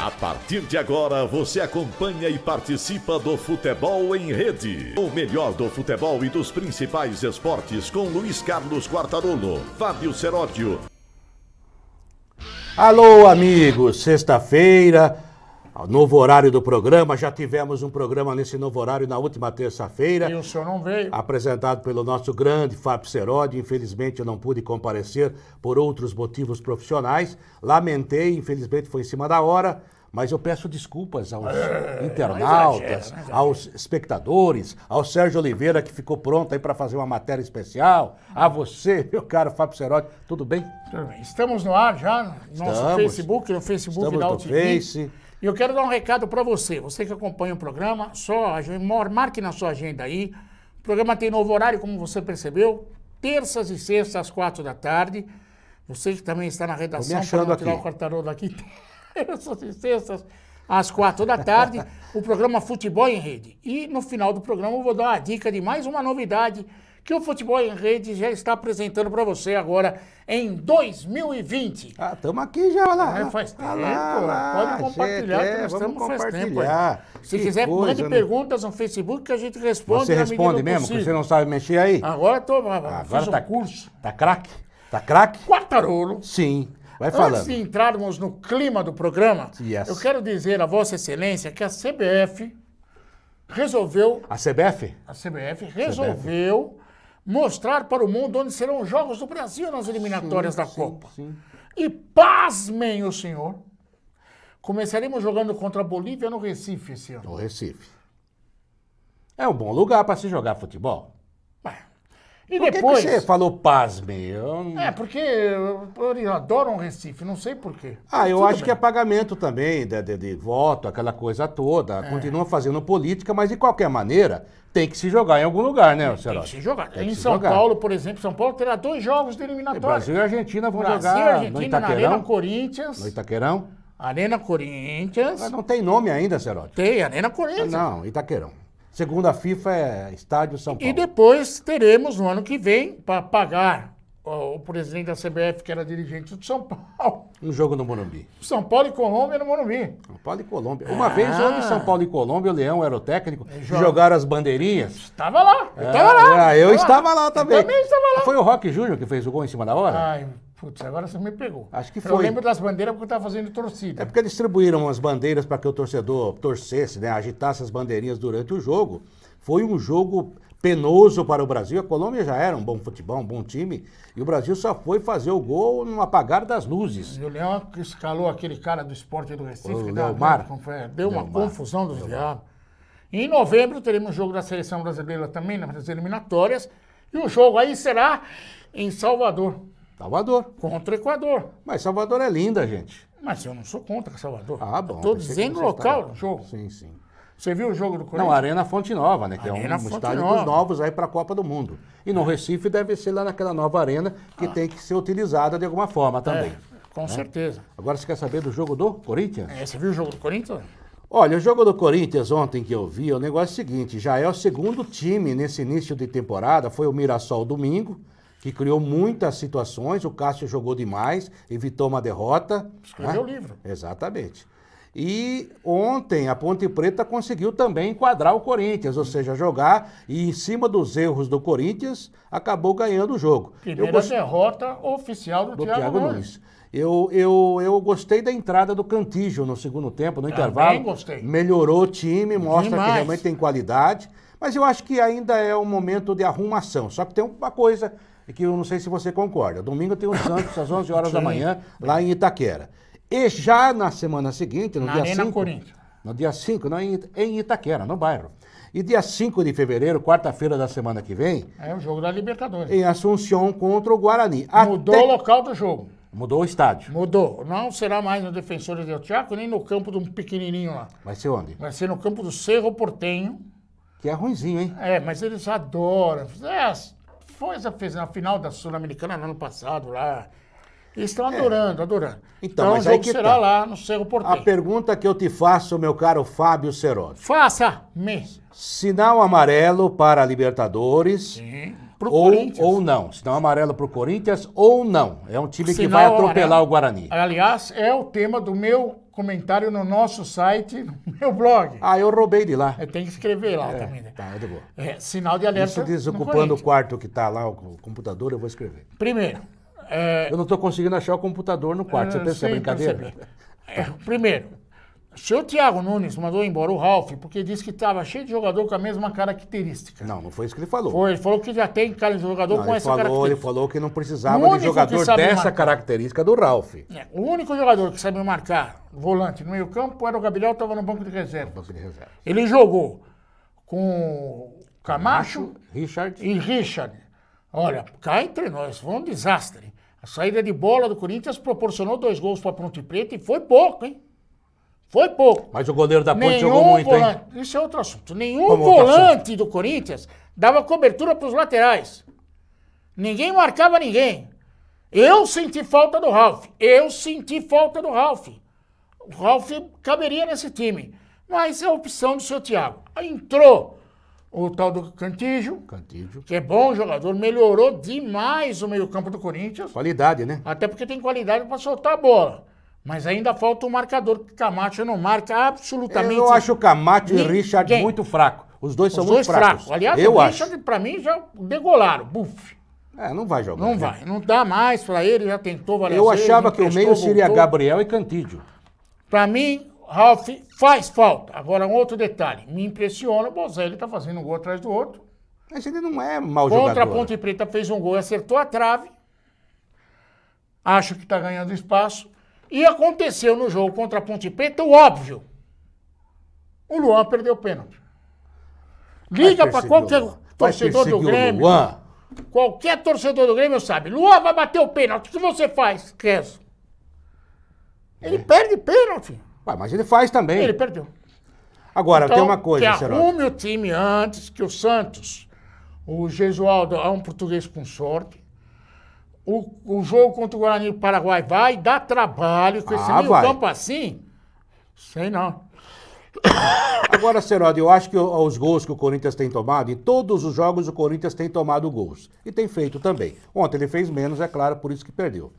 A partir de agora, você acompanha e participa do Futebol em Rede. O melhor do futebol e dos principais esportes com Luiz Carlos Quartarolo, Fábio Seródio. Alô, amigos! Sexta-feira, novo horário do programa. Já tivemos um programa nesse novo horário na última terça-feira. E o senhor não veio. apresentado pelo nosso grande Fábio Serodi. Infelizmente eu não pude comparecer por outros motivos profissionais. Lamentei, infelizmente foi em cima da hora. Mas eu peço desculpas aos internautas, aos espectadores, ao Sérgio Oliveira, que ficou pronto aí para fazer uma matéria especial, a você, meu caro Fábio Serodi. Tudo bem? Tudo bem. Estamos no ar já, no nosso Estamos. Facebook, no Facebook Estamos da no UTV. Face. E eu quero dar um recado para você, você que acompanha o programa, só a gente- mar- marque na sua agenda aí. O programa tem novo horário, como você percebeu, terças e sextas às quatro da tarde. Você que também está na redação, Tô me achando pra não tirar aqui. o Quartarolo daqui, terças e sextas às quatro da tarde, o programa Futebol em Rede. E no final do programa eu vou dar a dica de mais uma novidade que o Futebol em Rede já está apresentando para você agora em 2020. Ah, estamos aqui já, olha lá. Ah, faz Olha tempo. lá, olha lá, Pode compartilhar, gente, que é, nós vamos estamos faz tempo. compartilhar. aí. Se Que quiser, mande coisa, né? perguntas no Facebook que a gente responde Você na responde medida do mesmo? Que possível. você não sabe mexer aí? Agora tô, Agora fiz um tá curso. Tá craque? Tá craque? Quartarolo. Sim. Vai Antes falando. de entrarmos no clima do programa, Yes. eu quero dizer a Vossa Excelência que a CBF resolveu A CBF? a CBF resolveu mostrar para o mundo onde serão os jogos do Brasil nas eliminatórias da Copa. E pasmem o senhor. Começaremos jogando contra a Bolívia no Recife esse ano. No Recife. É um bom lugar pra se jogar futebol. Ué. E Por que que depois. você falou pasme? Eu não- É, porque eu- eles adoram o Recife, não sei porquê. Ah, eu acho que é pagamento também de, de- de voto, aquela coisa toda. É. Continua fazendo política, mas de qualquer maneira tem que se jogar em algum lugar, né, Tem Senhor? que se jogar. Tem que em se São jogar. Paulo, por exemplo, São Paulo terá dois jogos de Brasil eliminatória. e Argentina vão Brasil, jogar Tá. no Argentina, na Arena Itaquerão. Corinthians. No Itaquerão? Arena Corinthians. Mas não tem nome ainda, Seródio. Tem, Arena Corinthians. Não, Itaquerão. Segunda FIFA é Estádio São Paulo. E depois teremos no ano que vem, para pagar ó, o presidente da CBF, que era dirigente do São Paulo, Um jogo no Morumbi. São Paulo e Colômbia no Morumbi. São Paulo e Colômbia. Ah. Uma vez houve São Paulo e Colômbia, o Leão era o técnico, e jogaram as bandeirinhas. Estava lá, eu estava lá. Ah, eu É, tava estava lá também. Eu também estava lá. Foi o Rock Júnior que fez o gol em cima da hora? Ai, putz, agora você me pegou. Acho que Eu foi. lembro das bandeiras porque eu estava fazendo É torcida. porque distribuíram umas bandeiras para que o torcedor torcesse, né, agitasse as bandeirinhas durante o jogo. Foi um jogo penoso para o Brasil. A Colômbia já era um bom futebol, um bom time, e o Brasil só foi fazer o gol no apagar das luzes. E o Leão escalou aquele cara do esporte do Recife. O que deu uma- Leomar. Deu uma Leomar. confusão dos diabos. Em novembro teremos jogo da seleção brasileira também, né, nas eliminatórias. E o jogo aí será em Salvador, Salvador. contra o Equador. Mas Salvador é linda, gente. Mas eu não sou contra Salvador. Ah, bom. Estou pensei que dizendo você o local estava- do jogo. Sim, sim. Você viu o jogo do Não, ah, Corinthians? Arena Fonte Nova, né? Que é Arena um Fonte estádio Nova. É. dos novos aí para a Copa do Mundo. E no Recife deve ser lá naquela nova arena que tem que ser utilizada de alguma forma também. Ah. né? É, com certeza. Agora você quer saber do jogo do Corinthians? É, você viu o jogo do Corinthians? Olha, o jogo do Corinthians ontem que eu vi, o negócio é o seguinte, já é o segundo time nesse início de temporada, foi o Mirassol domingo, que criou muitas situações, o Cássio jogou demais, evitou uma derrota. né? Escreveu o livro. Exatamente. E ontem a Ponte Preta conseguiu também enquadrar o Corinthians, ou seja, jogar e em cima dos erros do Corinthians acabou ganhando o jogo. Primeira gos- derrota oficial do, do Thiago, Thiago Nunes. Nunes. Eu, eu, eu gostei da entrada do Cantígio no segundo tempo, no intervalo. gostei. Melhorou o time, mostra Demais. que realmente tem qualidade. Mas eu acho que ainda é um momento de arrumação. Só que tem uma coisa que eu não sei se você concorda. Domingo tem o Santos às 11 horas da Sim. manhã, lá em Itaquera. E já na semana seguinte, no Na dia Arena 5, Corinthians. no dia 5, não, em Ita- em Itaquera, no bairro. E dia 5 de fevereiro, quarta-feira da semana que vem, É o jogo da Libertadores. em Assunção contra o Guarani. Até- Mudou o local do jogo. Mudou o estádio. Mudou. Não será mais no Defensores del Chaco, nem no campo de um pequenininho lá. Vai ser onde? Vai ser no campo do Cerro Portenho. Que é ruimzinho, hein? É, mas eles adoram. É, as- foi essa fez na final da Sul-Americana no ano passado lá. Eles estão adorando, adorando. É. Então, o mas aí jogo que será tá. lá no Cerro A Porteiro. pergunta que eu te faço, meu caro Fábio Seródio. Faça mesmo. Sinal amarelo para a Libertadores Pro ou, Corinthians. ou não? Sinal amarelo para o Corinthians ou não? É um time que Sinal vai atropelar amarelo. o Guarani. Aliás, é o tema do meu comentário no nosso site, no meu blog. Ah, eu roubei de lá. É, Tem que escrever lá também, né? Tá, eu vou. É, sinal de alerta. Isso no desocupando o Corinthians. quarto que tá lá, o computador, eu vou escrever. Primeiro, é, Eu não tô conseguindo achar o computador no quarto. Você Ah, pensa sim, a brincadeira? percebi. É, primeiro, o senhor Thiago Nunes mandou embora o Ralf porque disse que estava cheio de jogador com a mesma característica. Não, não foi isso que ele falou. Foi, ele falou que já tem cara de jogador Não, com ele, essa falou ele característica. falou que não precisava O de único jogador que sabe dessa marcar. característica do Ralf. É, o único jogador que sabe marcar volante no meio-campo era o Gabriel, estava no banco de reserva. Banco de reserva. Ele jogou com Camacho Richard. e Richard. Olha, cá entre nós, foi um desastre. A saída de bola do Corinthians proporcionou dois gols para a Ponte Preta e foi pouco, hein? Foi pouco. Mas o goleiro da Ponte Nenhum jogou muito, hein? volante. Isso é outro assunto. Nenhum Como outro volante do Corinthians dava cobertura para os laterais. Ninguém marcava ninguém. Eu senti falta do Ralf. Eu senti falta do Ralf. O Ralf caberia nesse time. Mas é a opção do seu Thiago. Aí entrou o tal do Cantígio, Cantídio. que é bom jogador, melhorou demais o meio-campo do Corinthians. Qualidade, né? Até porque tem qualidade para soltar a bola. Mas ainda falta o marcador, que Camacho não marca absolutamente. Eu acho o Camacho e o Ninguém. Richard muito fraco. Os dois são Os muito dois fracos. fracos. Aliás, eu o acho. Richard, pra mim, já degolaram. Buf. É, não vai jogar. Não né? vai. Não dá mais pra ele, já tentou várias Eu vezes, achava que o meio emprestou, seria voltou. Gabriel e Cantídio. Pra mim, Ralf faz falta. Agora, um outro detalhe. Me impressiona, o Bozelli tá fazendo um gol atrás do outro. Mas ele não é mau Contra a jogador. Ponte Preta fez um gol e acertou a trave. Acho que está ganhando espaço. E aconteceu no jogo contra a Ponte Preta o óbvio. O Luan perdeu o pênalti. Vai Liga para perseguir qualquer o Luan. Vai torcedor do perseguir o Grêmio. Luan. Qualquer torcedor do Grêmio sabe. Luan vai bater o pênalti. O que você faz, Rezo? Ele É. perde pênalti. Ué, mas ele faz também. Ele perdeu. Agora, tem Então, uma coisa, que Serol. arrume o time antes que o Santos. O Gesualdo é um português com sorte. O, o jogo contra o Guarani do Paraguai vai dar trabalho com esse Ah, meio vai. campo assim? Sei não. Agora, Serod, eu acho que o- os gols que o Corinthians tem tomado, em todos os jogos o Corinthians tem tomado gols. E tem feito também. Ontem ele fez menos, é claro, por isso que perdeu.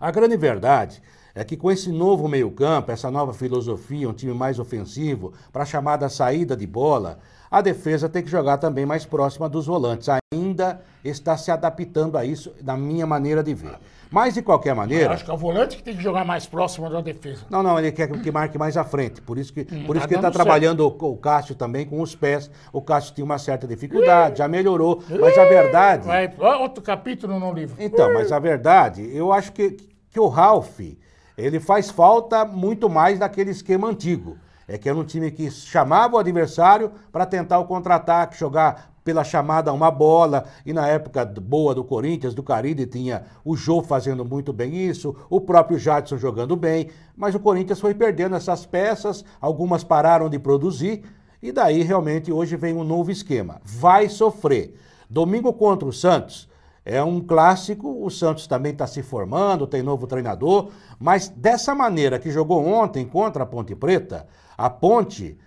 A grande verdade é que com esse novo meio-campo, essa nova filosofia, um time mais ofensivo, para a chamada saída de bola, a defesa tem que jogar também mais próxima dos volantes. Ainda está se adaptando a isso, na minha maneira de ver. Mas, de qualquer Eu maneira. acho que é o volante que tem que jogar mais próximo da defesa. Não, não, ele quer que marque mais à frente. Por isso que, por isso tá que ele está dando certo. trabalhando o, o Cássio também com os pés. O Cássio tinha uma certa dificuldade, já melhorou. Mas a verdade. Vai, ó, outro capítulo no livro. Então, mas a verdade, eu acho que, que o Ralf, ele faz falta muito mais daquele esquema antigo. É que era um time que chamava o adversário para tentar o contra-ataque, jogar pela chamada uma bola. E na época do- boa do Corinthians, do Carille, tinha o Jô fazendo muito bem isso, o próprio Jadson jogando bem. Mas o Corinthians foi perdendo essas peças, algumas pararam de produzir. E daí, realmente, hoje vem um novo esquema. Vai sofrer. Domingo contra o Santos, é um clássico, o Santos também está se formando, tem novo treinador, mas dessa maneira que jogou ontem contra a Ponte Preta, a Ponte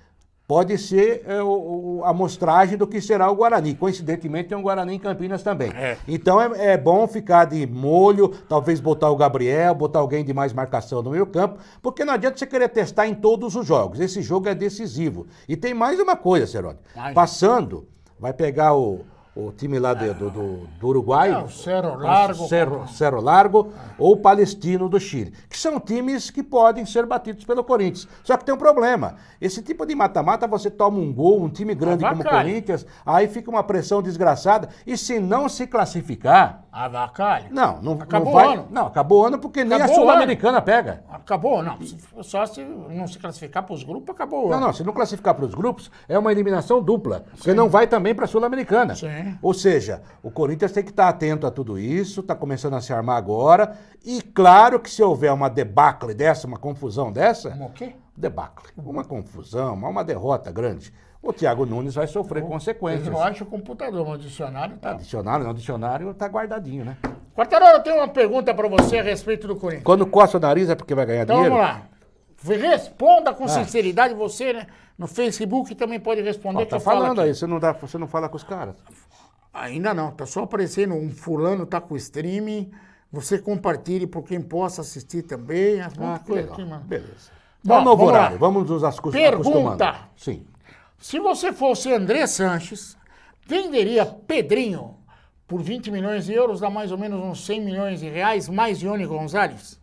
pode ser é, o- o- a mostragem do que será o Guarani. Coincidentemente, tem um Guarani em Campinas também. É. Então é, é bom ficar de molho, talvez botar o Gabriel, botar alguém de mais marcação no meio campo, porque não adianta você querer testar em todos os jogos. Esse jogo é decisivo. E tem mais uma coisa, Cerone. Mais. Passando, vai pegar o, o time lá de- do, do, do Uruguai. É, o Cerro Largo. Cerro, Cerro Largo ou o Palestino do Chile. Que são times que podem ser batidos pelo Corinthians. Só que tem um problema. Esse tipo de mata-mata, você toma um gol, um time grande como o Avacalha. Corinthians, aí fica uma pressão desgraçada. E se não se classificar. Avacalho. Não, não, Acabou não vai. o ano. Não, acabou o ano porque nem a Acabou o Sul-Americana pega. Acabou? Não. Se- Só se não se classificar para os grupos, acabou. Não, não, se não classificar para os grupos, é uma eliminação dupla. Porque não vai também para a Sul-Americana. Sim. Ou seja, o Corinthians tem que estar atento a tudo isso, está começando a se armar agora. E claro que se houver uma debacle dessa, uma confusão dessa, Como o quê? debacle, uma confusão, uma, uma derrota grande, o Thiago Nunes vai sofrer consequências. Eu acho o computador, mas o dicionário tá. Dicionário, não, dicionário está guardadinho, né? É. Quartarolo, eu tenho uma pergunta para você a respeito do Corinthians. Quando coça o nariz é porque vai ganhar Então dinheiro. Ah. vamos lá. Responda com sinceridade você, né? No Facebook também pode responder. Ó, é que tá eu falo falando aqui. aí, você não, dá, você não fala com os caras. Ainda não, tá só aparecendo um fulano tá com streaming, Você compartilhe para quem possa assistir também. É muita Ah, que coisa legal. aqui, mano. Beleza. Bom, é um novo vamos lá. horário, vamos nos acos- Pergunta. acostumando. Sim. Se você fosse André Sanches, venderia Pedrinho por 20 milhões de euros, dá mais ou menos uns 100 milhões de reais, mais Ione Gonzalez?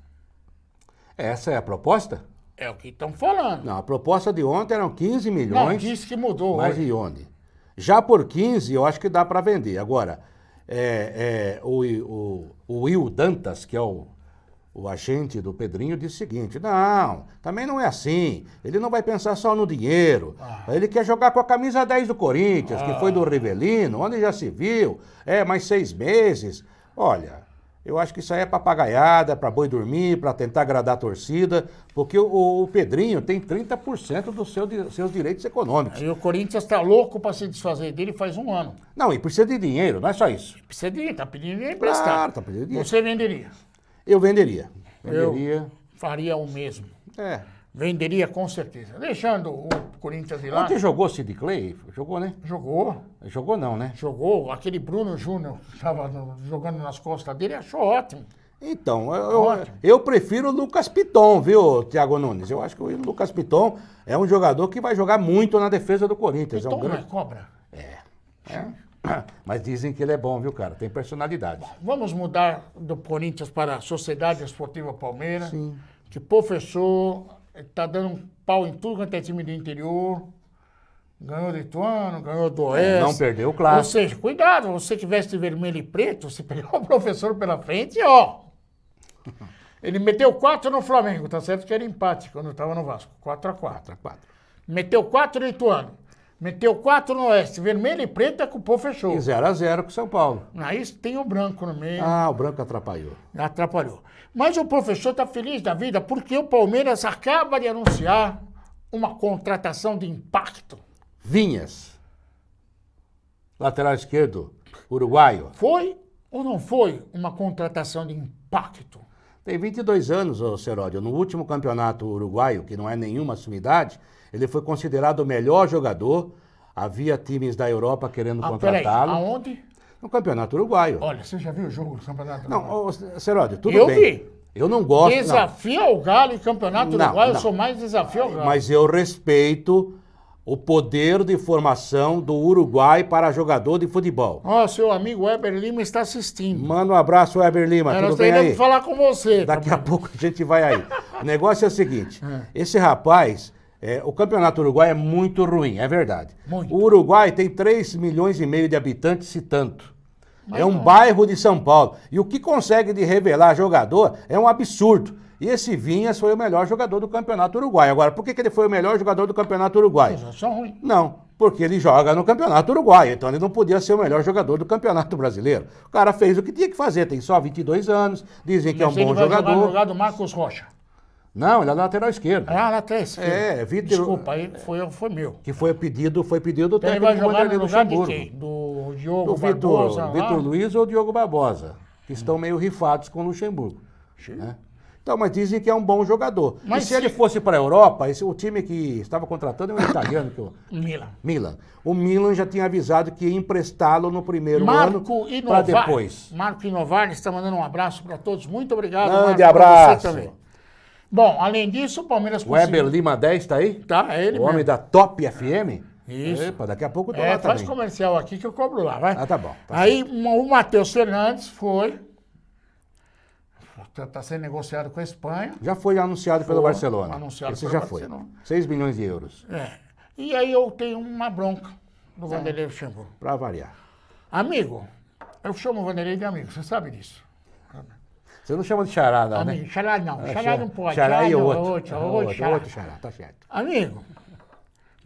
Essa é a proposta? É o que estão falando. Não, a proposta de ontem eram 15 Não, milhões. disse que mudou. mais hoje. Ione. Já por 15, eu acho que dá para vender. Agora, é, é, o, I- o, o Will Dantas, que é o, o agente do Pedrinho, disse o seguinte: não, também não é assim. Ele não vai pensar só no dinheiro. Ele quer jogar com a camisa 10 do Corinthians, que foi do Rivelino, onde já se viu. É, mais seis meses. Olha. Eu acho que isso aí é papagaiada, para boi dormir, para tentar agradar a torcida, porque o- o, o Pedrinho tem 30% dos seu di- seus direitos econômicos. E o Corinthians está louco para se desfazer dele faz um ano. Não, e precisa de dinheiro, não é só isso. Precisa de tá pedindo dinheiro emprestado. Claro, tá pedindo dinheiro. Você venderia. Eu venderia. Eu- Venderia. Faria o mesmo. É. Venderia com certeza. Deixando o Corinthians de lá. Ontem jogou Sid Clay? Jogou, né? Jogou. Jogou não, né? Jogou. Aquele Bruno Júnior que estava jogando nas costas dele achou ótimo. Então, eu, eu, Ótimo. eu prefiro o Lucas Piton, viu, Thiago Nunes? Eu acho que o Lucas Piton é um jogador que vai jogar muito na defesa do Corinthians. Então é um não é grande... cobra. Mas dizem que ele é bom, viu, cara? Tem personalidade. Vamos mudar do Corinthians para a Sociedade Esportiva Palmeiras. Que professor está dando um pau em tudo quanto é time do interior. Ganhou do Ituano, ganhou do Oeste. É, não perdeu o clássico. Ou seja, cuidado, você que veste vermelho e preto, se pegar o professor pela frente, ó. Ele meteu 4 no Flamengo, tá certo que era empate quando estava no Vasco, 4 a 4 Contra quatro. Meteu 4 no Ituano, meteu 4 no Oeste, vermelho e preto, é a cupom fechou. E 0 a 0 com o São Paulo. Aí tem o branco no meio. Ah, o branco atrapalhou. Atrapalhou. Mas o professor está feliz da vida porque o Palmeiras acaba de anunciar uma contratação de impacto. Vinhas. Lateral esquerdo, uruguaio. Foi ou não foi uma contratação de impacto? Tem 22 anos, ô Seródio. No último campeonato uruguaio, que não é nenhuma sumidade, ele foi considerado o melhor jogador. Havia times da Europa querendo Ah, peraí, contratá-lo. aonde? No campeonato uruguaio. Olha, você já viu o jogo do Campeonato Uruguaio? Não, ô, Seródio, tudo Eu bem. vi. Eu não gosto. não. Desafio ao Galo e Campeonato Não, Uruguaio, eu não. sou mais desafio ao Galo. Mas eu respeito o poder de formação do Uruguai para jogador de futebol. Ó, seu amigo Weber Lima está assistindo. Manda um abraço, Weber Lima. Mas tudo nós bem teremos aí? que falar com você. tá Daqui a pouco a gente vai aí. O negócio é o seguinte: Ah. esse rapaz, é, o campeonato uruguaio é muito ruim, é verdade. Muito. O Uruguai tem 3 milhões e meio de habitantes, se tanto. Mas é um não. bairro de São Paulo. E o que consegue de revelar jogador é um absurdo. E esse Vinhas foi o melhor jogador do campeonato uruguaio. Agora, por que, que ele foi o melhor jogador do campeonato uruguaio? Coisa só um ruim. Não, porque ele joga no Campeonato Uruguaio, então ele não podia ser o melhor jogador do Campeonato Brasileiro. O cara fez o que tinha que fazer, tem só 22 anos, dizem que é um Mas ele bom vai jogar no jogador. lugar do Marcos Rocha. Não, ele é lateral esquerdo, Ah, lá atrás. É, Vitor- Desculpa, aí foi, foi meu. que foi pedido, foi pedido do Então ele técnico vai jogar no Vanderlei lugar de Luxemburgo. quem? Do Diogo Do Vitor, Barbosa lá? Vitor Luiz ou Diogo Barbosa, que estão meio rifados com o Luxemburgo. né? Então, mas dizem que é um bom jogador. Mas e se, se- ele fosse para a Europa, esse- o time que estava contratando é um italiano, que eu, Milan. Milan. O Milan já tinha avisado que ia emprestá-lo no primeiro Marco ano para Inovar. depois. Marco Inovar está mandando um abraço para todos. Muito obrigado, Grande Marco, pra abraço. Bom, além disso, o Palmeiras O Weber Lima 10 tá aí? Tá, é ele o homem mesmo. da Top FM? Isso. Epa, daqui a pouco eu tô É, lá faz também. comercial aqui que eu cobro lá, vai. Ah, tá bom, tá Aí ma- o Matheus Fernandes foi. Tá, tá sendo negociado com a Espanha. Já foi anunciado pelo Foi Barcelona. anunciado Esse pelo já Barcelona. foi. 6 milhões de euros, É. E aí eu tenho uma bronca do Tá. Vanderlei Luxemburgo. para variar. Amigo, eu chamo o Vanderlei de amigo, você sabe disso. Você não chama de chará, não, né? Amigo, xará não, Ah, xará não pode. Xará e não, é outro. outro, Ah, outro, xará. outro xará, tá certo. Amigo,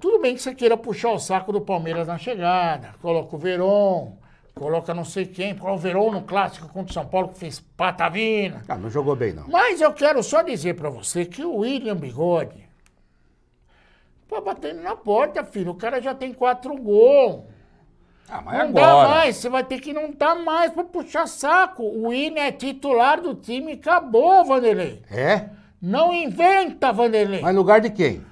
tudo bem que você queira puxar o saco do Palmeiras na chegada. Coloca o Verón, coloca não sei quem, coloca o Verón no clássico contra o São Paulo que fez patavina. Ah, não jogou bem, não. Mas eu quero só dizer pra você que o William Bigode tá batendo na porta, filho. O cara já tem quatro gols. Ah, mas Não agora. dá mais, você vai ter que não dar mais pra puxar saco. O William é titular do time e acabou, Vanderlei. É? Não inventa, Vanderlei. Mas em lugar de quem?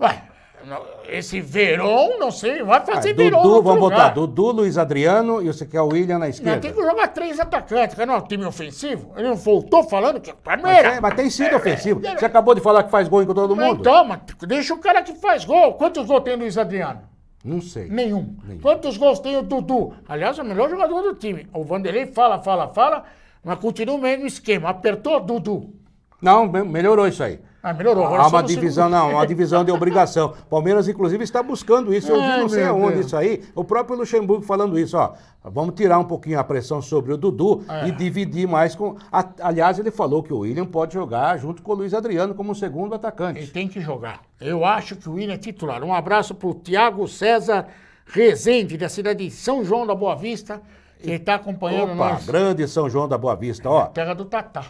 Ué, Não, Esse Verón, não sei, vai Ah, fazer Verón. Dudu, outro vamos botar lugar. Dudu, Luiz Adriano e você quer o William na Não, esquerda. tem que jogar três atacantes, que não é um time ofensivo. Ele não voltou falando que é mas, Palmeiras. é, mas tem sido ofensivo. Você acabou de falar que faz gol com todo é. Mas mundo? Então, mas deixa o cara que faz gol. Quantos gols tem o Luiz Adriano? Não sei. Nenhum. Nenhum. Quantos gols tem o Dudu? Aliás, é o melhor jogador do time. O Vanderlei fala, fala, fala, mas continua o mesmo esquema. Apertou, Dudu. Não, me- melhorou isso aí. Ah, melhorou. Agora Há só uma no divisão, segundo. não, uma divisão de obrigação. Palmeiras, inclusive, está buscando isso. Eu vi Ai, não sei É, meu aonde Deus. isso aí. O próprio Luxemburgo falando isso, ó. Vamos tirar um pouquinho a pressão sobre o Dudu É. e dividir mais com. a- aliás, ele falou que o William pode jogar junto com o Luiz Adriano como segundo atacante. Ele tem que jogar. Eu acho que o William é titular. Um abraço pro Tiago César Rezende, da cidade de São João da Boa Vista, que está acompanhando Opa, nós. grande São João da Boa Vista, ó. Terra do Tatá.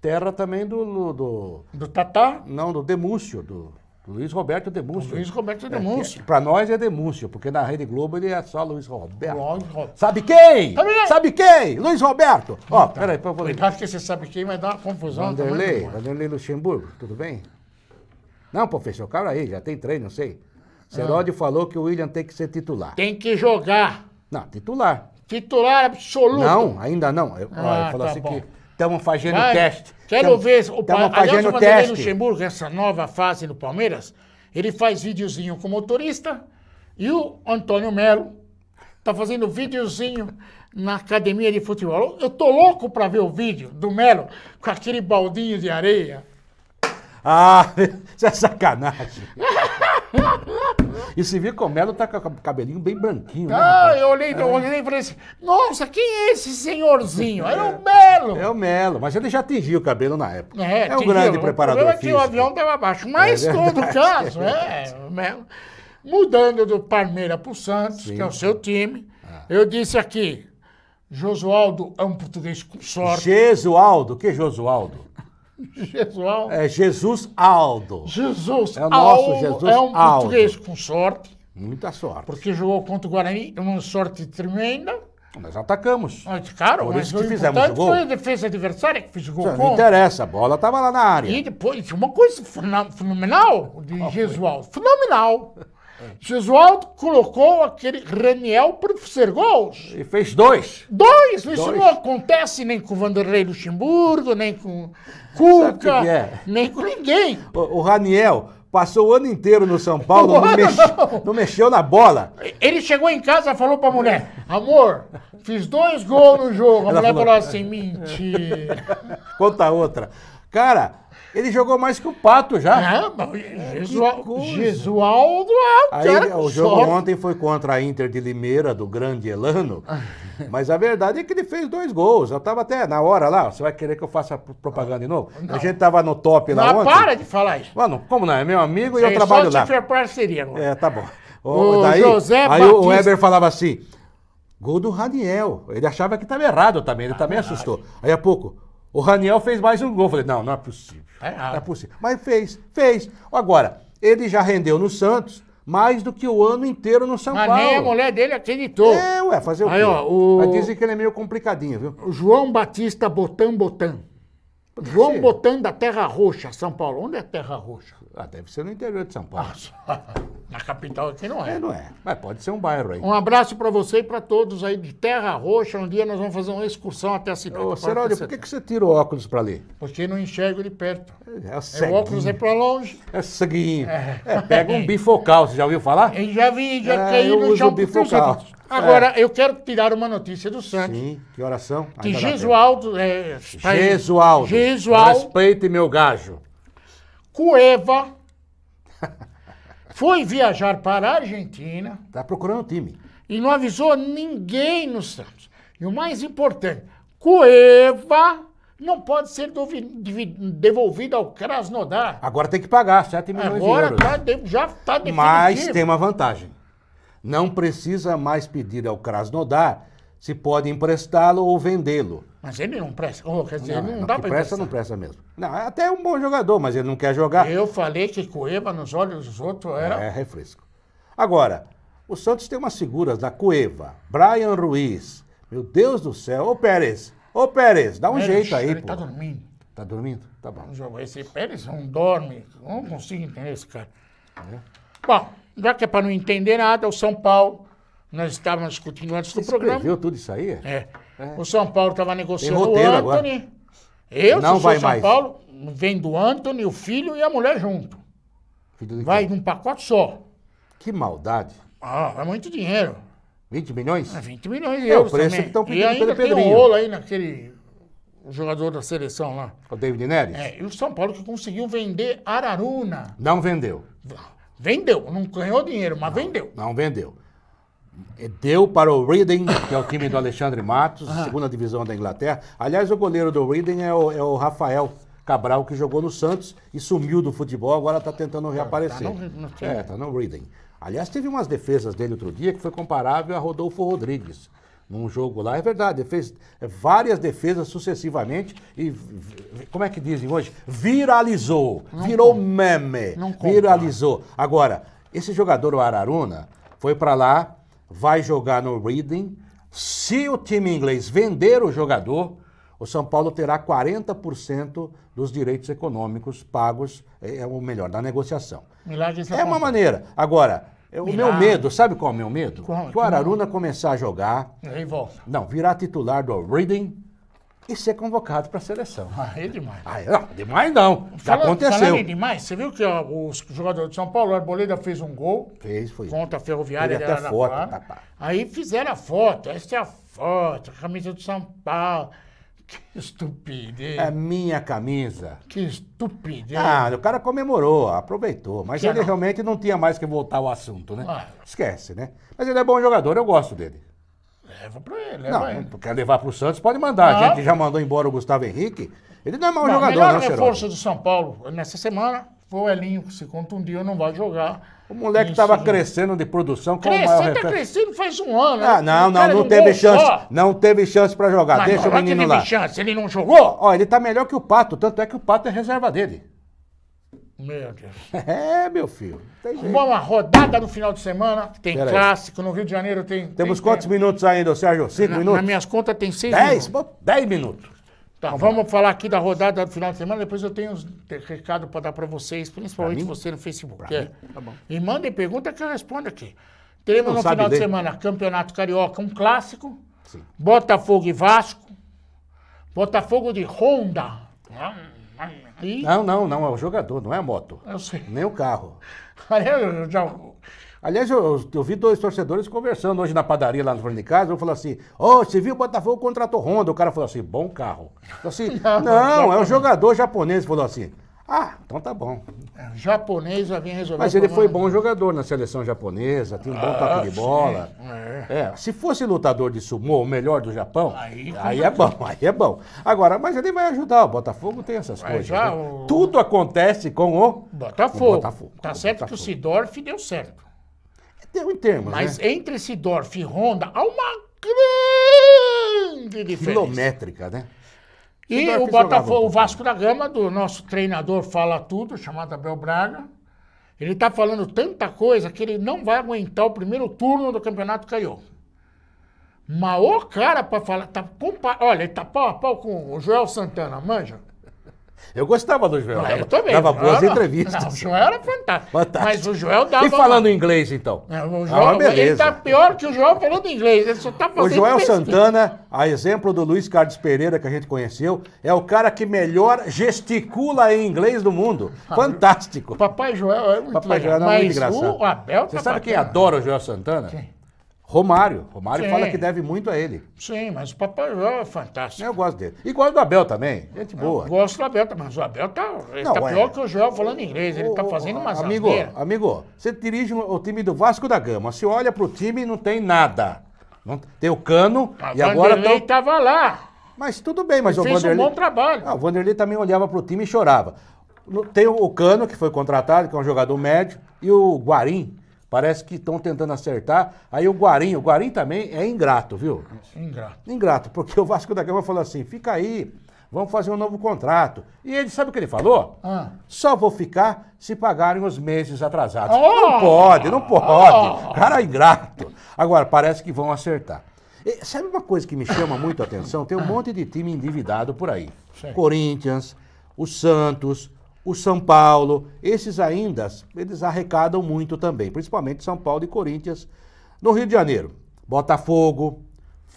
Terra também do. do- do- Do Tatá, não, do Demúcio, do, do Luiz Roberto Demúcio. Luiz Roberto Demúncio. Pra nós é Demúcio, porque na Rede Globo ele é só Luiz Roberto. Luiz Roberto. Sabe quem? Sabe quem? Sabe quem? Luiz Roberto. Ó, peraí, por favor. Cuidado que você sabe quem vai dar uma confusão. Vanderlei, também. Vanderlei Luxemburgo, tudo bem? Não, professor, calma aí, já tem três, não sei. Seródio Ah. falou que o William tem que ser titular. Tem que jogar. Não, titular. Titular absoluto. Não, ainda não. Eu, ó, Ah, ele falou tá assim bom. que estamos fazendo Vai. teste. Quero Tamo- ver o tamo pa... Aliás, fazendo o Vanderlei teste. Luxemburgo, essa nova fase no Palmeiras, ele faz videozinho com motorista e o Antônio Melo tá fazendo videozinho na academia de futebol. Eu tô louco pra ver o vídeo do Melo com aquele baldinho de areia. Ah, isso é sacanagem. e se viu que o Melo tá com o cabelinho bem branquinho, né? Ah, rapaz? eu olhei, eu olhei e falei assim, nossa, quem é esse senhorzinho? Era o Melo. É o Melo, mas ele já atingiu o cabelo na época. É, um tinha- grande O preparador problema é que físico. o avião estava abaixo. Mas, É em todo caso, é, né, mudando do Palmeiras para o Santos, que é o seu time, Ah. eu disse aqui, Josualdo é um português com sorte. Jesualdo, que Josualdo? Jesualdo, É Jesus Aldo. Jesus É o nosso Aldo Jesus é um Aldo. português com sorte, Muita sorte. porque jogou contra o Guarani, uma sorte tremenda. Nós atacamos. Mas, claro, Por mas isso o que fizemos importante o gol. foi a defesa adversária que fez o gol Não então, contra. interessa, a bola tava lá na área. E depois, uma coisa fena- fenomenal de Jesualdo. Fenomenal. Jesualdo colocou aquele Raniel para fazer gols. E fez dois. Dois, isso Dois. não acontece nem com o Vanderlei Luxemburgo, nem com o que que é? Cuca, nem com ninguém. O, o Raniel passou o ano inteiro no São Paulo, não, Não, mexe- não. não mexeu na bola. Ele chegou em casa e falou pra mulher: Amor, fiz dois gols no jogo. A Ela mulher falou- falou assim: Mentira. Conta outra. Cara, ele jogou mais que o Pato já. Ah, mas Jesual- coisa. Jesualdo é um Aí né, cara com o jogo sorte. ontem foi contra a Inter de Limeira, do grande Elano. Mas a verdade é que ele fez dois gols. Eu tava até na hora lá. Você vai querer que eu faça pro- propaganda de novo? A gente tava no top lá Mas ontem. para de falar isso. Mano, como não? É meu amigo e É eu trabalho só lá. se for parceria agora. É, tá bom. O José aí o- o Batista- Weber falava assim: gol do Raniel. Ele achava que estava errado também, ele Ah, também assustou. Aí a pouco, o Raniel fez mais um gol. Eu falei: não, não é possível. Tá errado. não é possível. Mas fez, fez. Agora, ele já rendeu no Santos mais do que o ano inteiro no São Mas Paulo. nem a mulher dele acreditou. É, ué, fazer o Aí, quê? ó, o- Mas dizem que ele é meio complicadinho, viu? O João Batista Botan Botan. João ser. Botan da Terra Roxa, São Paulo. Onde é Terra Roxa? Ah, deve ser no interior de São Paulo. Ah, Na capital aqui não É, é. não é. Mas pode ser um bairro aí. Um abraço pra você e pra todos aí de Terra Roxa. Um dia nós vamos fazer uma excursão até a cidade. Ô, Pode Serolio, ser. por que, que você tira o óculos pra ler? Porque não enxergo de perto. É, É, o óculos é pra longe. É ceguinho. É, pega um bifocal, você já ouviu falar? Eu já vi, já É, caí eu no uso chão. porque eu sei bifocal. É. disso. Agora, eu quero tirar uma notícia do Santos. Sim, que oração. Que Ainda dá Jesualdo... É, tempo. está- Jesualdo. Jesualdo Respeite meu gajo. Cueva foi viajar para a Argentina Tá procurando o time. e não avisou ninguém no Santos. E o mais importante, Cueva não pode ser dovi- divi- devolvido ao Krasnodar. Agora tem que pagar 7 milhões de Agora euros. tá de- já está definitivo. Mas tem uma vantagem. Não precisa mais pedir ao Krasnodar se pode emprestá-lo ou vendê-lo. Mas ele não presta. Oh, quer dizer, não, é, dá que para presta, não presta mesmo. Não, é até um bom jogador, mas ele não quer jogar. Eu falei que Cueva, nos olhos dos outros, era... É refresco. Agora, o Santos tem umas seguras da Cueva, Brian Ruiz. Meu Deus do céu. Ô Pérez, ô Pérez, dá um Ele- jeito aí, Ele pô. tá dormindo. Tá dormindo? Tá bom. Jogo. Esse Pérez não dorme. Eu Não consigo entender esse cara. Bom, Já que é para não entender nada, o São Paulo, nós estávamos discutindo antes do programa. Viu tudo isso aí? É. O São Paulo estava negociando o roteiro Anthony. agora. Eu, Não se sou vai São mais. Paulo, vem do Anthony, o filho e a mulher junto. Filho do- Vai num pacote só. Que maldade. Ah, é muito dinheiro. 20 milhões? É 20 milhões de É o euros preço também. que estão pedindo E ainda pelo tem um Pedrinho. rolo aí naquele jogador da seleção lá. O David Neres? É, e o São Paulo que conseguiu vender Araruna. Não vendeu. Vendeu, não ganhou dinheiro, mas vendeu. Não vendeu. E Deu para o Reading, que é o time do Alexandre Matos, Ah. segunda divisão da Inglaterra. Aliás, o goleiro do Reading é o, é o Rafael Cabral, que jogou no Santos e sumiu do futebol, agora está tentando reaparecer. Ah, tá no- no time. é, está no Reading. Aliás, teve umas defesas dele outro dia que foi comparável a Rodolfo Rodrigues. Num jogo lá, é verdade, ele fez eh, várias defesas sucessivamente e, v- v- como é que dizem hoje? Viralizou, virou meme, Não compra. viralizou. Agora, esse jogador, o Araruna, foi pra lá, vai jogar no Reading. Se o time inglês vender o jogador, o São Paulo terá 40% dos direitos econômicos pagos, é é o melhor, da negociação. Milagre É uma maneira. Agora, é o meu Milagre. medo, sabe qual é o meu medo? Qual? Que o Araruna começar a jogar, Aí volta. não, virar titular do Reading e ser convocado pra seleção. Aí é demais. Ah, não, demais não. Já Fala- Falando aconteceu. em demais, você viu que ó, os jogadores de São Paulo, o Arboleda fez um gol Fez, foi. contra a Ferroviária Teve de até foto, Araraquara. rapaz. Aí fizeram a foto, essa é a foto, a camisa do São Paulo. Que estupidez. É minha camisa. Que estupidez. Ah, o cara comemorou, aproveitou. Mas Que ele É. não. realmente não tinha mais que voltar ao assunto, né? Ah. Esquece, né? Mas ele é bom jogador, eu gosto dele. Leva pra ele, Não, leva ele. não quer levar pro Santos, pode mandar. A Ah. gente já mandou embora o Gustavo Henrique. Ele não é mau Bom, o jogador, melhor não, reforço Serói. do São Paulo nessa semana foi o Elinho, que se contundiu, não vai jogar. O moleque Isso, tava gente. crescendo de produção. qual o maior Crescendo, tá reforço? crescendo faz um ano. é? Ah, né? não, O não, cara não de um teve gol chance. só. Não teve chance pra jogar. Mas Deixa não, o lá que menino teve lá. chance, ele não jogou? Ó, ele tá melhor que o Pato, tanto é que o Pato é reserva dele. Meu Deus. É, meu filho. Tem jeito. Bom, a rodada do final de semana, tem Pera aí. clássico, no Rio de Janeiro tem... Temos tem- quantos tem- minutos ainda, Sérgio? Cinco Na- Nas minutos? minhas contas tem seis Dez? minutos. Bom, Dez minutos. Tá, vamos falar aqui da rodada do final de semana, depois eu tenho uns te- recado para dar para vocês, principalmente mim? você no Facebook. Pra é. mim? Tá bom. E mandem pergunta que eu respondo aqui. Teremos Não no sabe final ler. de semana Campeonato Carioca, um clássico, Sim. Botafogo e Vasco, Botafogo de Honda. E, Não, não, não, é o jogador, não é a moto. eu sei. Nem o carro. Aí eu já- Aliás, eu, eu- eu vi dois torcedores conversando hoje na padaria lá no frente de casa. Eu falei assim: Ô, você viu o Botafogo contratou Honda? O cara falou assim: bom carro. Eu falei assim: não, é um jogador japonês. Ele Falou assim: ah, então tá bom. é, o japonês vai vir resolver. Mas o ele foi problema. bom jogador na seleção japonesa, tinha um bom toque de bola. É. É, se fosse lutador de sumô, o melhor do Japão, Aí- aí, é bom, aí é bom. Agora, mas ele vai ajudar, o Botafogo tem essas coisas. já né? o- Tudo acontece com o Botafogo. O Botafogo, Tá o certo que o Botafogo. Sidorf Sidorf deu certo. Deu em termos, Mas né? entre Sidorf e Honda há uma grande diferença. Quilométrica, né? E Sidorf o jogava Botafogo, um o Vasco da Gama, do nosso treinador Fala Tudo, chamado Abel Braga, ele tá falando tanta coisa que ele não vai aguentar o primeiro turno do Campeonato Carioca. Mas o cara pra falar, tá compa- olha, ele tá pau a pau com o Joel Santana, manja? Eu gostava do Joel. Ah, dava, eu também. Dava Joel boas era- entrevistas. Não, o Joel era fantástico. Fantástico. Mas o Joel dava... E falando em inglês, então? É, Ah, O Joel, uma ele beleza. tá pior que o Joel falando inglês. Ele só tá fazendo O Joel besteira. Santana, a exemplo do Luiz Carlos Pereira, que a gente conheceu, é o cara que melhor gesticula em inglês do mundo. Ah, Fantástico. O Papai Joel é muito Papai legal. Joel não é muito mas engraçado. o Abel Você tá sabe quem é batendo. adora o Joel Santana? Romário. Romário Sim. fala que deve muito a ele. Sim, mas o Papai Joel é fantástico. Eu gosto dele. E gosto do Abel também. Gente boa. Gosto do Abel, mas o Abel tá, ele Não, tá é. pior que o Joel falando inglês. Ele tá Ô, ô, fazendo umas Amigo, asneiras. amigo, você dirige um, o time do Vasco da Gama. Você olha pro time e não tem nada. Não- tem o cano Mas e agora Ah, Vanderlei tão- tava lá. Mas tudo bem, mas o fez um Vanderlei... bom trabalho. Ah, o Vanderlei também olhava pro time e chorava. No- Tem o Cano, que foi contratado, que é um jogador médio, e o Guarim. Parece que estão tentando acertar. Aí o Guarim, o Guarim também é ingrato, viu? Ingrato. Ingrato, porque o Vasco da Gama falou assim: fica aí, vamos fazer um novo contrato. E ele, sabe o que ele falou? Ah. Só vou ficar se pagarem os meses atrasados. Oh! Não pode, não pode. Cara ingrato. Agora, parece que vão acertar. E sabe uma coisa que me chama muito a atenção? Tem um monte de time endividado por aí. Sim. Corinthians, o Santos, o São Paulo, esses ainda, eles arrecadam muito também, principalmente São Paulo e Corinthians. No Rio de Janeiro, Botafogo,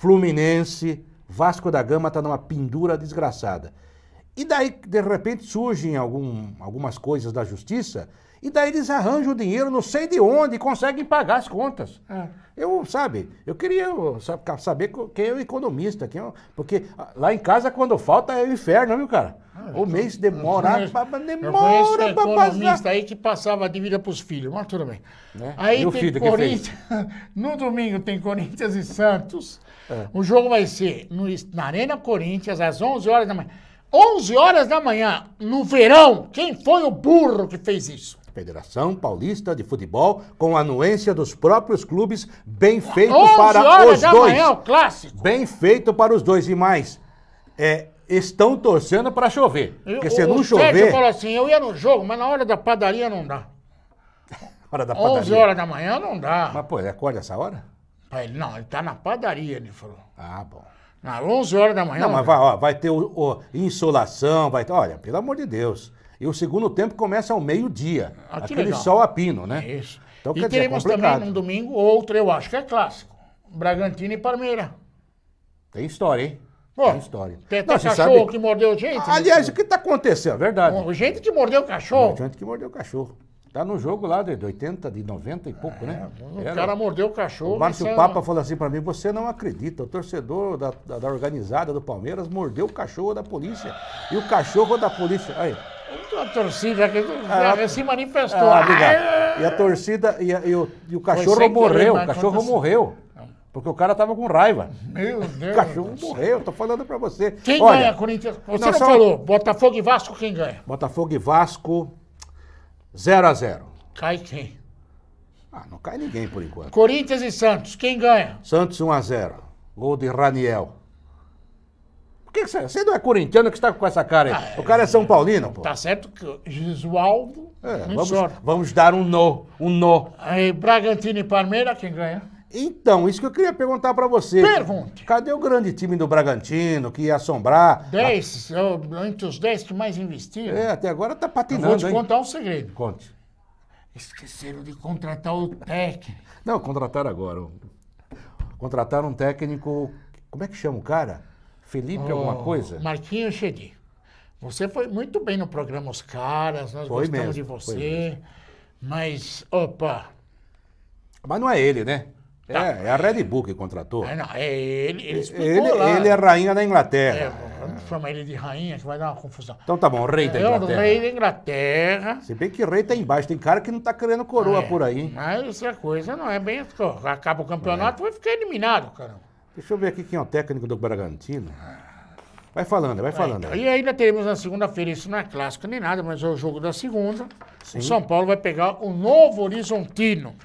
Fluminense, Vasco da Gama está numa pendura desgraçada. E daí, de repente, surgem algum- algumas coisas da justiça, e daí eles arranjam o dinheiro, não sei de onde, e conseguem pagar as contas. É. Eu, sabe, eu queria eu, sa- ca- saber co- quem é o economista, quem é o- porque ah, lá em casa, quando falta, é o inferno, viu, cara? o mês demora, pra- pra- Ah, Eu conheço um demora pra economista passar. aí que passava a dívida para os filhos, mas tudo bem. Né? Aí E o tem filho, que Corinthians. No domingo tem Corinthians e Santos. É. O jogo vai ser no, es- na Arena Corinthians, às 11 horas da manhã. 11 horas da manhã, no verão, quem foi o burro que fez isso? Federação Paulista de Futebol, com a anuência dos próprios clubes, bem feito 11 para horas os da dois. manhã, o clássico. Bem feito para os dois e mais. é, estão torcendo para chover. Porque Eu- se o- não o Sérgio chover, falou assim, eu ia no jogo, mas na hora da padaria não dá. hora da 11 padaria. horas da manhã não dá. Mas pô, ele acorda essa hora? Aí ele, não, ele tá na padaria, ele falou. Ah, bom. Na 11 horas da manhã. Não, mas dá. vai, ó, vai ter o, o- insolação, vai ter. Olha, pelo amor de Deus. E o segundo tempo começa ao meio-dia. Ah, que aquele legal. sol a pino, né? Isso. Então, e quer dizer, é teremos complicado. também no domingo outro, eu acho que é clássico. Bragantino e Palmeiras. Tem história, hein? Pô, tem história. Tem Não, até você cachorro sabe- que mordeu gente. né? Aliás, o que está acontecendo? É verdade. Bom, gente que mordeu o cachorro. Gente que mordeu o cachorro. Tá no jogo lá de de 80, de 90 e pouco, né? É, O Era. cara mordeu o cachorro. O Márcio isso é- Papa falou assim pra mim: você não acredita, o torcedor da, da- da organizada do Palmeiras mordeu o cachorro da polícia. E o cachorro da polícia. Aí, A torcida que Ah, se manifestou. ah, Ah, obrigado. E a torcida, e, a- e o, e o cachorro sem querer, morreu. mas o cachorro aconteceu. morreu. Porque o cara tava com raiva. Ah, Meu Deus. O cachorro morreu, tô falando pra você. Quem Olha, ganha, Corinthians? Você não nós só- falou. Botafogo e Vasco, quem ganha? Botafogo e Vasco, 0 a 0 Cai quem? Ah, não cai ninguém por enquanto. Corinthians e Santos, quem ganha? Santos 1 a 0 Gol de Raniel. Por que que você, você não é corintiano que está com essa cara aí? o cara é São Paulino, pô. Ah, Tá certo que Gisualdo, É, muito vamos, sorte. vamos dar um no, um no. Aí, Bragantino e Palmeiras, quem ganha? Então, isso que eu queria perguntar pra você. Pergunte. Cadê o grande time do Bragantino que ia assombrar? 10, eu- entre os 10 que mais investiram. É, até agora tá Eu patinando, vou te hein? contar um segredo. Conte. Esqueceram de contratar o técnico. Não, contrataram agora. um- Contrataram um técnico, como é que chama o cara? Oh. Felipe alguma coisa? Marquinhos Chedi. Você foi muito bem no programa Os Caras, nós Foi gostamos mesmo, de foi você. Mas, opa, Mas não é ele, né? É, Tá. é a Red Bull que contratou. é, não, é ele, ele explicou Ele, lá. ele é rainha da Inglaterra. É, vamos chamar ele de rainha, que vai dar uma confusão. Então tá bom, rei da É o Inglaterra. rei da Inglaterra. Se bem que rei tá embaixo, tem cara que não tá querendo coroa É, por aí. É. hein? Mas a coisa não é bem. Acaba o campeonato, vai ficar eliminado, caramba. Deixa eu ver aqui quem é o técnico do Bragantino. Vai falando, vai falando. aí. E ainda teremos na segunda-feira, isso não é clássico nem nada, mas é o jogo da segunda. O São Paulo vai pegar o Novo Horizontino.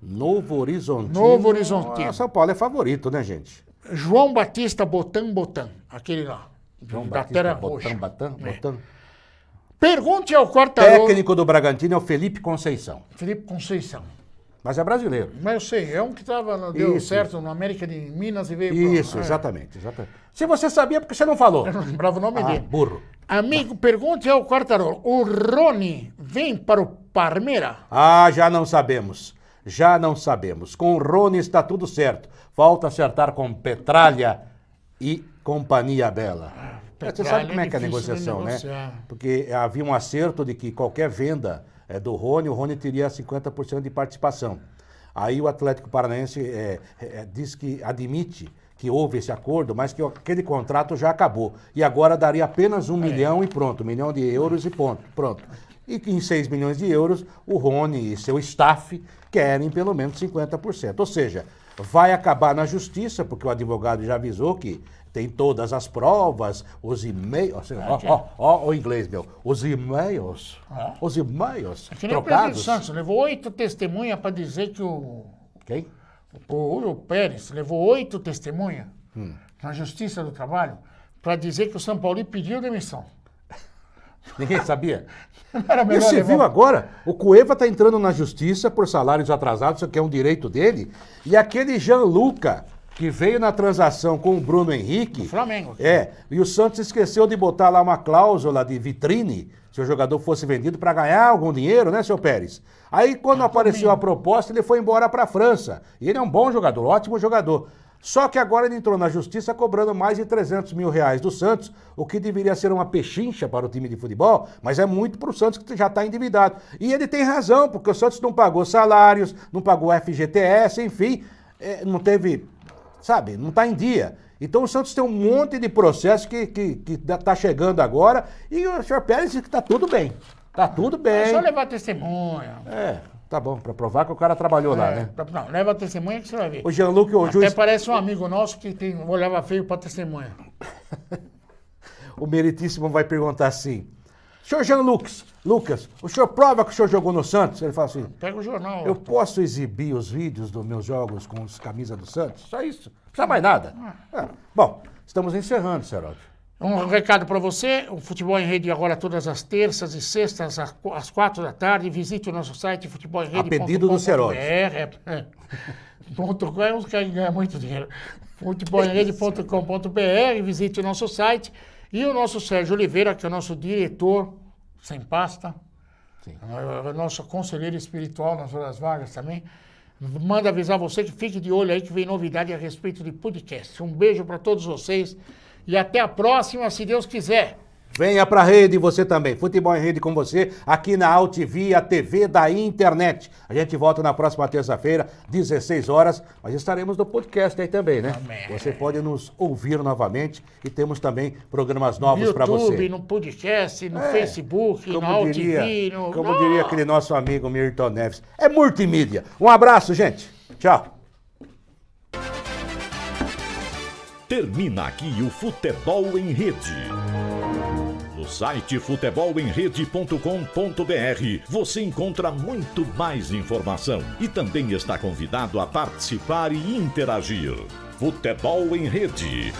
Novo Horizontino. Novo Horizontino. Ah, São Paulo é favorito, né, gente? João Batista Botan Botan, aquele lá. João da Batista, Terra Botan, Roxa. Batan, É. Tá Botan. Pergunte ao quarta-rolo Técnico do Bragantino é o Felipe Conceição. Felipe Conceição. Mas é brasileiro. Mas eu sei, é um que tava, deu Isso. certo no América de Minas e veio pra- Isso, é. exatamente, exatamente. Se você sabia, por que você não falou? Eu não lembrava o nome Ah, dele. burro. Amigo, pergunte ao Quartarolo. O Rony vem para o Parmeira? Ah, já não sabemos. Já não sabemos. Com o Rony está tudo certo. Falta acertar com Petralha e Companhia Bela. Você Petralha sabe como é, é que é a difícil de negociação, né? negociar. Porque havia um acerto de que qualquer venda eh, do Rony, o Rony teria 50% de participação. Aí o Atlético Paranaense eh, eh, diz que admite que houve esse acordo, mas que aquele contrato já acabou. E agora daria apenas um milhão e pronto, um milhão de euros e ponto, pronto. E que em 6 milhões de euros, o Rony e seu staff querem pelo menos 50%. Ou seja, vai acabar na justiça, porque o advogado já avisou que tem todas as provas, os e-mails. ou seja, Ó, ó, ó, o inglês, meu. Os e-mails. é. Ah. Os e-mails Que nem é o presidente trocados. Santos levou oito testemunhas para dizer que o, Quem? o, o Pérez levou oito testemunhas Hum. na Justiça do Trabalho para dizer que o São Paulo pediu demissão. Ninguém sabia? Não Era E melhor você levar- viu agora? O Cueva tá está entrando na justiça por salários atrasados, isso aqui é um direito dele. E aquele Jean Luca, que veio na transação com o Bruno Henrique. Do Flamengo. É, e o Santos esqueceu de botar lá uma cláusula de vitrine, se o jogador fosse vendido para ganhar algum dinheiro, né, seu Pérez? Aí quando apareceu a proposta, ele foi embora para a França. E ele é um bom jogador, ótimo jogador. Só que agora ele entrou na justiça cobrando mais de 300 mil reais do Santos, o que deveria ser uma pechincha para o time de futebol, mas é muito para o Santos que já está endividado. E ele tem razão, porque o Santos não pagou salários, não pagou FGTS, enfim, eh, não teve sabe, não está em dia. Então o Santos tem um monte de processo que está que, que dá- tá chegando agora e o senhor Pérez diz que está tudo bem. Está tudo É só bem. levar testemunha. É, tá bom, para provar que o cara trabalhou lá, né? É, Não, leva testemunha que você vai ver. O Jean-Luc, o Até juiz, parece um amigo nosso que tem, olhava feio pra testemunha. o meritíssimo vai perguntar assim, senhor Jean-Lucas, Lucas, o senhor prova que o senhor jogou no Santos? Ele fala assim, Pega o jornal. eu posso exibir os vídeos dos meus jogos com os camisas do Santos? Só isso, não precisa mais nada. Ah. É. Bom, estamos encerrando, Seródio. Um recado para você, o Futebol em Rede agora todas as terças e sextas às qu- às quatro da tarde. Visite o nosso site futebolemrede.com.br. A pedido do Seródio. É, é, é. Ponto com é um que ganha muito dinheiro. futebolemrede.com.br, visite o nosso site. E o nosso Sérgio Oliveira, que é o nosso diretor sem pasta, Sim. é o nosso conselheiro espiritual nas horas vagas também, manda avisar você que fique de olho aí que vem novidade a respeito de podcast. Um beijo para todos vocês e até a próxima, se Deus quiser. Venha pra rede você também. Futebol em Rede com você, aqui na Altivia TV da internet. A gente volta na próxima terça-feira, 16 horas, mas estaremos no podcast aí também, né? Amém. Você pode nos ouvir novamente e temos também programas novos No pra YouTube, você. É, no podcast, no Facebook, na Como, AltV, diria, no... como diria aquele nosso amigo Mirton Neves. É multimídia. Um abraço, gente. Tchau. Termina aqui o Futebol em Rede. No site futebolemrede.com.br você encontra muito mais informação e também está convidado a participar e interagir. Futebol em Rede.